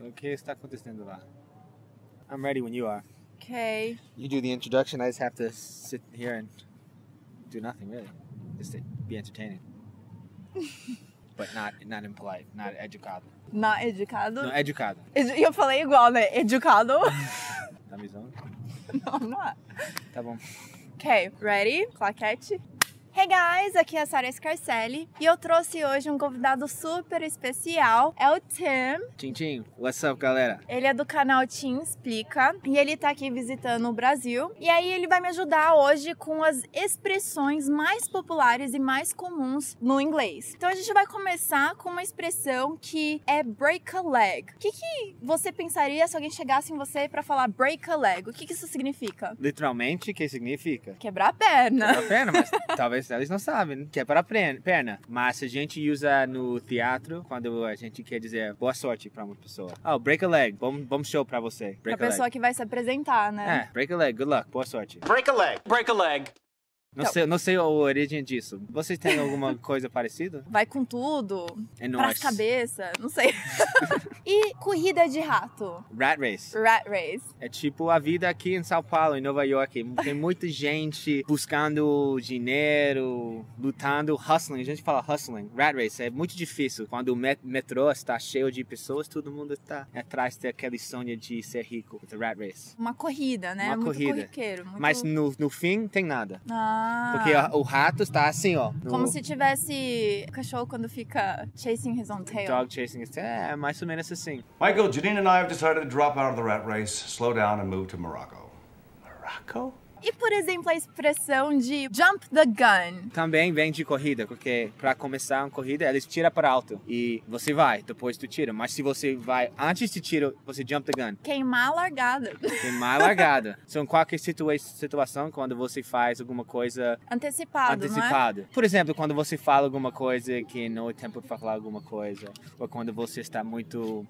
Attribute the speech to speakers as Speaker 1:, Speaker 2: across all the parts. Speaker 1: O que está acontecendo lá? I'm ready when you are.
Speaker 2: Okay.
Speaker 1: You do the introduction. I just have to sit here and do nothing really, just to be entertaining, but not not impolite, not educado.
Speaker 2: Not educado.
Speaker 1: No, educado.
Speaker 2: Edu- eu falei igual, né? Educado.
Speaker 1: Tá me zoando?
Speaker 2: no, I'm not.
Speaker 1: Tá bom.
Speaker 2: Okay, ready? Claquete. Hey guys, aqui é a Sara Scarcelli e eu trouxe hoje um convidado super especial, é o Tim.
Speaker 1: Tchim, tchim. What's up, galera?
Speaker 2: Ele é do canal Team Explica e ele tá aqui visitando o Brasil. E aí ele vai me ajudar hoje com as expressões mais populares e mais comuns no inglês. Então a gente vai começar com uma expressão que é break a leg. O que, que você pensaria se alguém chegasse em você pra falar break a leg? O que, que isso significa?
Speaker 1: Literalmente, o que significa?
Speaker 2: Quebrar a perna.
Speaker 1: Quebra a perna, mas talvez eles não sabem que é para a pre- perna. Mas a gente usa no teatro quando a gente quer dizer boa sorte para uma pessoa. Oh, break a leg, bom, bom show para você.
Speaker 2: Pra
Speaker 1: Break a
Speaker 2: pessoa
Speaker 1: leg.
Speaker 2: que vai se apresentar, né?
Speaker 1: É, break a leg, good luck, boa sorte.
Speaker 3: Break a leg. Break a leg.
Speaker 1: Não
Speaker 2: Então-
Speaker 1: sei, não sei a origem disso. Vocês têm alguma coisa parecida?
Speaker 2: Vai com tudo,
Speaker 1: É
Speaker 2: pras
Speaker 1: nós.
Speaker 2: cabeça, não sei. e corrida de rato,
Speaker 1: Rat race.
Speaker 2: rat race.
Speaker 1: É tipo a vida aqui em São Paulo, em Nova York. Tem muita gente buscando dinheiro, lutando, hustling. A gente fala hustling. Rat race é muito difícil. Quando o met- metrô está cheio de pessoas, todo mundo está atrás daquele sonho de ser rico. The rat race.
Speaker 2: Uma corrida, né?
Speaker 1: Uma
Speaker 2: muito
Speaker 1: corrida.
Speaker 2: corriqueiro. Muito...
Speaker 1: Mas no, no fim, tem nada.
Speaker 2: Uhum. Ah.
Speaker 1: Porque o rato está assim, ó. no-
Speaker 2: Como se tivesse o cachorro quando fica chasing his own tail.
Speaker 1: Dog chasing. É mais ou menos assim.
Speaker 4: Michael, Janine, and I have decided to drop out of the rat race, slow down, and move to Morocco. Morocco?
Speaker 2: E, por exemplo, a expressão de jump the gun.
Speaker 1: Também vem de corrida, porque para começar uma corrida, eles tiram para alto e você vai, depois tu tira. Mas se você vai antes de tiro, você jump the gun.
Speaker 2: Queimar a largada.
Speaker 1: Tem mais largada. São qualquer situa situação quando você faz alguma coisa
Speaker 2: Antecipado, não é?
Speaker 1: antecipada. Por exemplo, quando você fala alguma coisa que não é tempo de falar alguma coisa, ou quando você está muito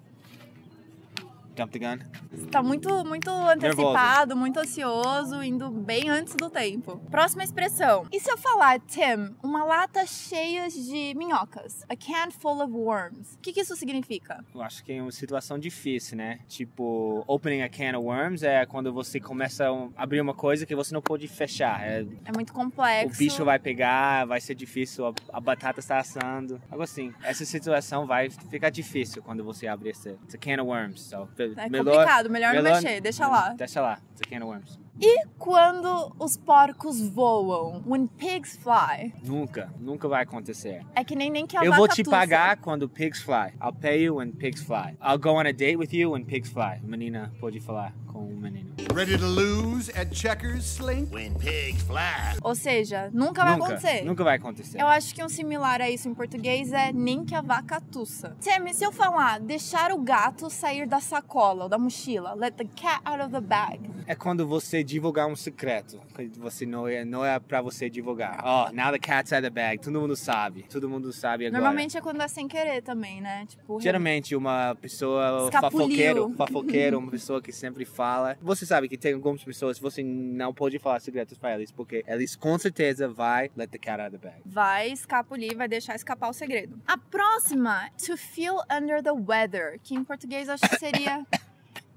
Speaker 1: jump the gun.
Speaker 2: Você tá muito, muito antecipado, muito ansioso, indo bem antes do tempo. Próxima expressão. E se eu falar, Tim, uma lata cheia de minhocas? A can full of worms. O que, que isso significa?
Speaker 1: Eu acho que é uma situação difícil, né? Tipo, opening a can of worms é quando você começa a um, abrir uma coisa que você não pode fechar. É
Speaker 2: É muito complexo.
Speaker 1: O bicho vai pegar, vai ser difícil, a, a batata está assando. Algo assim. Essa situação vai ficar difícil quando você abrir esse, esse can of worms. So,
Speaker 2: É complicado, melhor não mexer, deixa lá.
Speaker 1: Hum, Deixa lá, it's a can of worms.
Speaker 2: E quando os porcos voam? When pigs fly.
Speaker 1: Nunca, nunca vai acontecer.
Speaker 2: É que nem nem que a
Speaker 1: Eu
Speaker 2: vaca
Speaker 1: vou te
Speaker 2: tussa.
Speaker 1: pagar quando pigs fly. I'll pay you when pigs fly. I'll go on a date with you when pigs fly. Menina pode falar com o menino.
Speaker 5: Ready to lose at checkers, Slink?
Speaker 6: When pigs fly.
Speaker 2: Ou seja, nunca, vai acontecer.
Speaker 1: nunca vai acontecer.
Speaker 2: Eu acho que um similar a isso em português é nem que a vaca tussa. Sam, e se eu falar deixar o gato sair da sacola ou da mochila? Let the cat out of the bag.
Speaker 1: É quando você divulgar um secreto. que Você não é, não é pra você divulgar. Oh, now the cat's out of the bag. Todo mundo sabe. Todo mundo sabe agora.
Speaker 2: Normalmente é quando é sem querer também, né? Tipo,
Speaker 1: Geralmente uma pessoa um
Speaker 2: Escapuliu.
Speaker 1: fofoqueiro, fofoqueiro, uma pessoa que sempre fala. Você sabe que tem algumas pessoas que você não pode falar segredos pra eles, porque eles com certeza vai let the cat out of the bag.
Speaker 2: vai escapulir, vai deixar escapar o segredo. A próxima, to feel under the weather, que em português eu acho que seria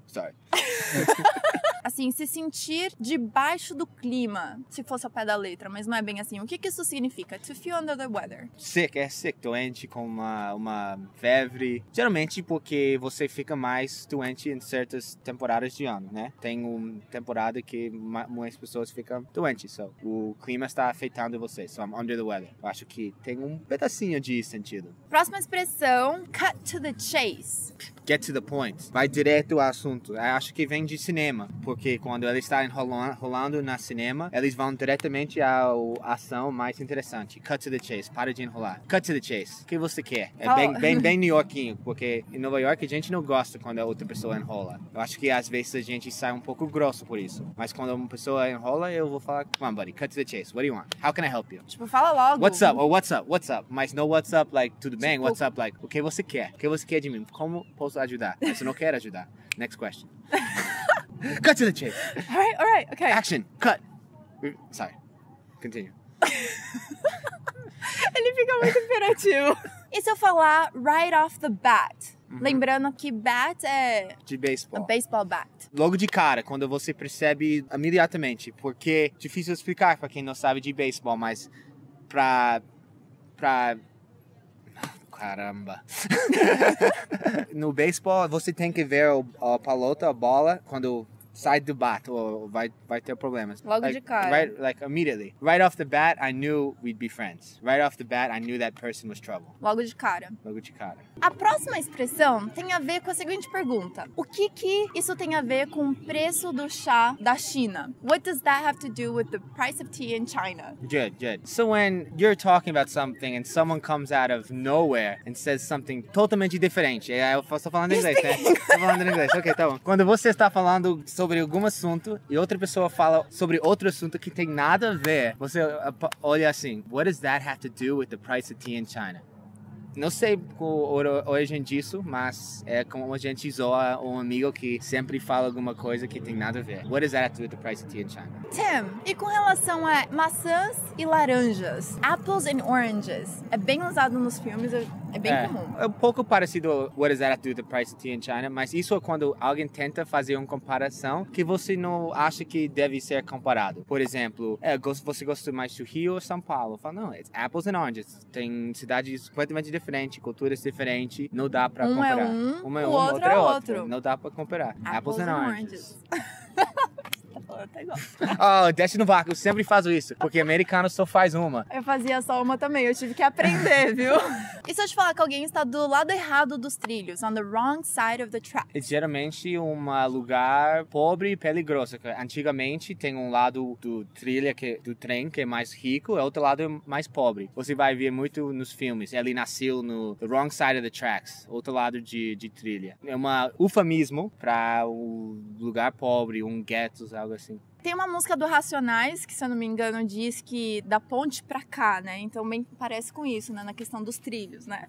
Speaker 1: Sorry.
Speaker 2: assim, se sentir debaixo do clima, se fosse ao pé da letra, mas não é bem assim. O que, que isso significa? To feel under the weather.
Speaker 1: Sick, é sick, doente, com uma, uma febre. Geralmente porque você fica mais doente em certas temporadas de ano, né? Tem uma temporada que ma- muitas pessoas ficam doentes, so o clima está afetando você, so I'm under the weather. Eu acho que tem um pedacinho de sentido.
Speaker 2: Próxima expressão, cut to the chase.
Speaker 1: Get to the point. Vai direto ao assunto. Eu acho que vem de cinema, porque quando ela está enrola- rolando na cinema, eles vão diretamente à ação mais interessante. Cut to the chase. Para de enrolar. Cut to the chase. O que você quer? É
Speaker 2: Fala.
Speaker 1: bem, bem, bem New Yorkinho, porque em Nova York a gente não gosta quando a outra pessoa enrola. Eu acho que às vezes a gente sai um pouco grosso por isso. Mas quando uma pessoa enrola, eu vou falar, come on buddy, cut to the chase. What do you want? How can I help you?
Speaker 2: Tipo, fala logo.
Speaker 1: What's up? Or what's up? What's up? Mas não what's up, like, tudo bem?
Speaker 2: Tipo-
Speaker 1: What's up, like, o que você quer? O que você quer de mim? Como posso ajudar? Mas eu não quero ajudar. Next question. cut to the chase.
Speaker 2: Alright, alright, ok.
Speaker 1: Action. Cut. Sorry. Continue.
Speaker 2: Ele fica muito imperativo. E se eu falar right off the bat?
Speaker 1: Uhum.
Speaker 2: Lembrando que bat é
Speaker 1: de beisebol.
Speaker 2: a baseball bat.
Speaker 1: Logo de cara, quando você percebe imediatamente, porque é difícil explicar pra quem não sabe de beisebol, mas pra pra caramba. no beisebol você tem que ver o- a pelota, a bola quando sai do bat ou vai vai ter problemas.
Speaker 2: Logo
Speaker 1: Like,
Speaker 2: de cara.
Speaker 1: Right, like immediately. Right off the bat, I knew we'd be friends. Right off the bat, I knew that person was trouble.
Speaker 2: Logo de cara.
Speaker 1: Logo de cara.
Speaker 2: A próxima expressão tem a ver com a seguinte pergunta: O que que isso tem a ver com o preço do chá da China? What does that have to do with the price of tea in China?
Speaker 1: Good, good. So when you're talking about something and someone comes out of nowhere and says something totalmente diferente, é, eu estou falando em inglês, né? Estou falando em inglês, ok, tá bom. Quando você está falando sobre algum assunto e outra pessoa fala sobre outro assunto que tem nada a ver, você uh, pa- olha assim, what does that have to do with the price of tea in China? Não sei qual a origem disso, mas é como a gente zoa um amigo que sempre fala alguma coisa que tem nada a ver. What does that have to do with the price of tea in China?
Speaker 2: Tim, e com relação a maçãs e laranjas? Apples and oranges. É bem usado nos filmes, é é bem comum.
Speaker 1: É um pouco parecido ao What Does That Have to Do with the Price of Tea in China, mas isso é quando alguém tenta fazer uma comparação que você não acha que deve ser comparado. Por exemplo, é, gos- você gosta mais do Rio ou São Paulo? Fala, não, it's apples and oranges. Tem cidades completamente diferentes, culturas diferentes, não dá pra
Speaker 2: Um é
Speaker 1: comparar.
Speaker 2: um,
Speaker 1: uma é
Speaker 2: o
Speaker 1: uma,
Speaker 2: outro
Speaker 1: outra
Speaker 2: é
Speaker 1: é outra.
Speaker 2: outro.
Speaker 1: Não dá pra comparar. Apples, and oranges.
Speaker 2: Tá falando até igual.
Speaker 1: Oh, deixa no vácuo, eu sempre faço isso, porque americano só faz uma.
Speaker 2: Eu fazia só uma também, eu tive que aprender, viu? E se eu te falar que alguém está do lado errado dos trilhos? On the wrong side of the track.
Speaker 1: É geralmente um lugar pobre e pele grossa. que Antigamente tem um lado do trilha que, do trem que é mais rico, e outro lado é mais pobre. Você vai ver muito nos filmes. Ele nasceu no the wrong side of the tracks, outro lado de, de trilha. É um eufemismo para o lugar pobre, um gueto, algo assim.
Speaker 2: Tem uma música do Racionais, que se eu não me engano diz que da ponte pra cá, né? Então bem parece com isso, né? Na questão dos trilhos, né?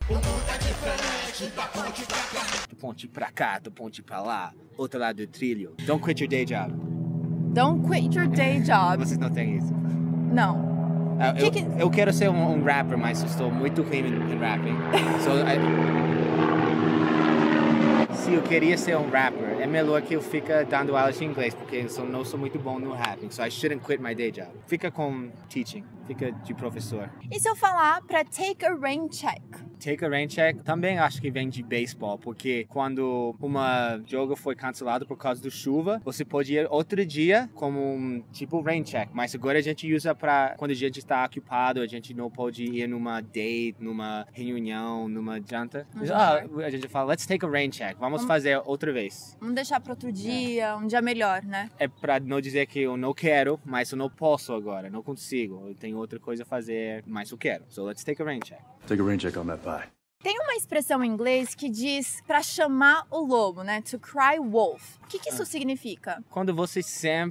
Speaker 1: Do ponte pra cá, do ponte pra lá, outro lado do trilho. Don't quit your day job.
Speaker 2: Don't quit your day job.
Speaker 1: Vocês não têm isso.
Speaker 2: Não.
Speaker 1: Ah,
Speaker 2: Que
Speaker 1: eu,
Speaker 2: que-
Speaker 1: eu quero ser um, um rapper, mas eu estou muito ruim em, em rapping. So, I- Se eu queria ser um rapper, é melhor que eu fique dando aulas de inglês, porque eu sou- não sou muito bom no rapping, so I shouldn't quit my day job. Fica com teaching, fica de professor.
Speaker 2: E se eu falar pra take a rain check?
Speaker 1: Take a rain check também acho que vem de beisebol, porque quando uma jogo foi cancelado por causa do chuva, você pode ir outro dia como um tipo rain check, mas agora a gente usa para quando a gente está ocupado, a gente não pode ir numa date, numa reunião, numa janta. Ah, a gente fala, let's take a rain check, vamos fazer outra vez.
Speaker 2: Vamos deixar pra outro dia, um dia melhor, né?
Speaker 1: É para não dizer que eu não quero, mas eu não posso agora, não consigo, eu tenho outra coisa a fazer, mas eu quero. So let's take a rain check.
Speaker 3: Take a rain check on that pie.
Speaker 2: Tem uma expressão em inglês que diz pra chamar o lobo, né? To cry wolf. O que, que isso significa?
Speaker 1: quando você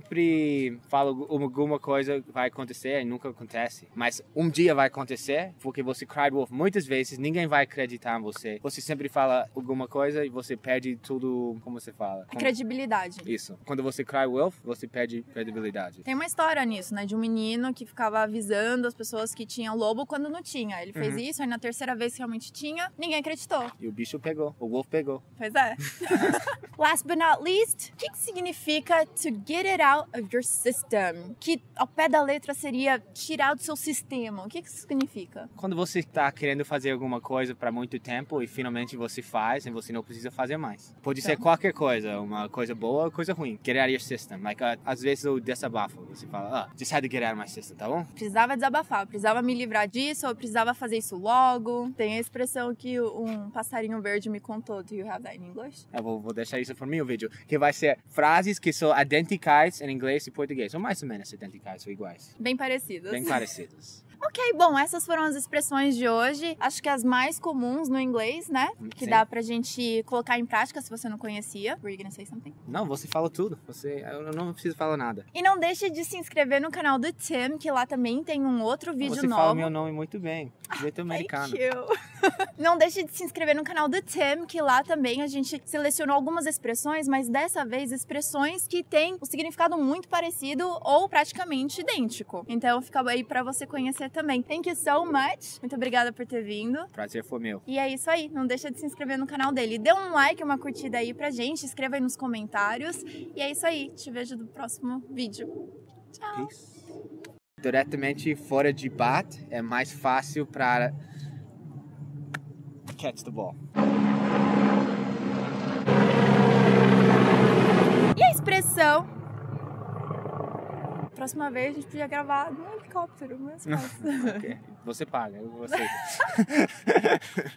Speaker 1: sempre fala alguma- alguma coisa vai acontecer e nunca acontece, mas um dia vai acontecer, porque você cried wolf muitas vezes, ninguém vai acreditar em você. Você sempre fala alguma coisa e você perde tudo, como você fala? Com-
Speaker 2: Credibilidade.
Speaker 1: Isso. Quando você cry wolf, você perde credibilidade.
Speaker 2: Tem uma história nisso, né? De um menino que ficava avisando as pessoas que tinha lobo quando não tinha. Ele fez isso, aí na terceira vez que realmente tinha, ninguém acreditou.
Speaker 1: E o bicho pegou, o wolf pegou.
Speaker 2: Pois é. Last but not least, o que, que significa to get it out of your system? Que ao pé da letra seria tirar do seu sistema. O que, que isso significa?
Speaker 1: Quando você está querendo fazer alguma coisa para muito tempo e finalmente você faz e você não precisa fazer mais. Pode
Speaker 2: Tá.
Speaker 1: ser qualquer coisa, uma coisa boa ou coisa ruim. Get out of your system. Like, uh, às vezes eu desabafo. Você fala, ah, just had to get out of my system, tá bom?
Speaker 2: Precisava desabafar, precisava me livrar disso, ou precisava fazer isso logo. Tem a expressão que um passarinho verde me contou. Do you have that in English?
Speaker 1: Eu vou, vou deixar isso para mim o vídeo. Que vai ser frases que são idênticas em inglês e português. Ou mais ou menos idênticas ou iguais.
Speaker 2: Bem parecidas.
Speaker 1: Bem parecidas.
Speaker 2: Ok, bom, essas foram as expressões de hoje. Acho que as mais comuns no inglês, né? Que
Speaker 1: Hum, Sim.
Speaker 2: dá pra gente colocar em prática se você não conhecia. Were you gonna say something?
Speaker 1: Não, você fala tudo. Você, eu não preciso falar nada.
Speaker 2: E não deixe de se inscrever no canal do Tim, que lá também tem um outro vídeo
Speaker 1: você
Speaker 2: novo.
Speaker 1: fala meu nome muito bem. De jeito americano.
Speaker 2: Thank you. Não deixe de se inscrever no canal do Tim, que lá também a gente selecionou algumas expressões, mas dessa vez expressões que um têm o significado muito parecido ou praticamente idêntico. Então fica aí pra você conhecer você também. Thank you so much. Muito obrigada por ter vindo.
Speaker 1: Prazer foi meu.
Speaker 2: E é isso aí, não deixa de se inscrever no canal dele. Dê um like, uma curtida aí pra gente, escreva aí nos comentários. E é isso aí, te vejo no próximo vídeo. Tchau!
Speaker 1: Peace. Diretamente fora de bat é mais fácil para catch the ball.
Speaker 2: E a expressão? Próxima vez a gente podia gravar no helicóptero, mas faz.
Speaker 1: Ok. Você paga, eu aceito.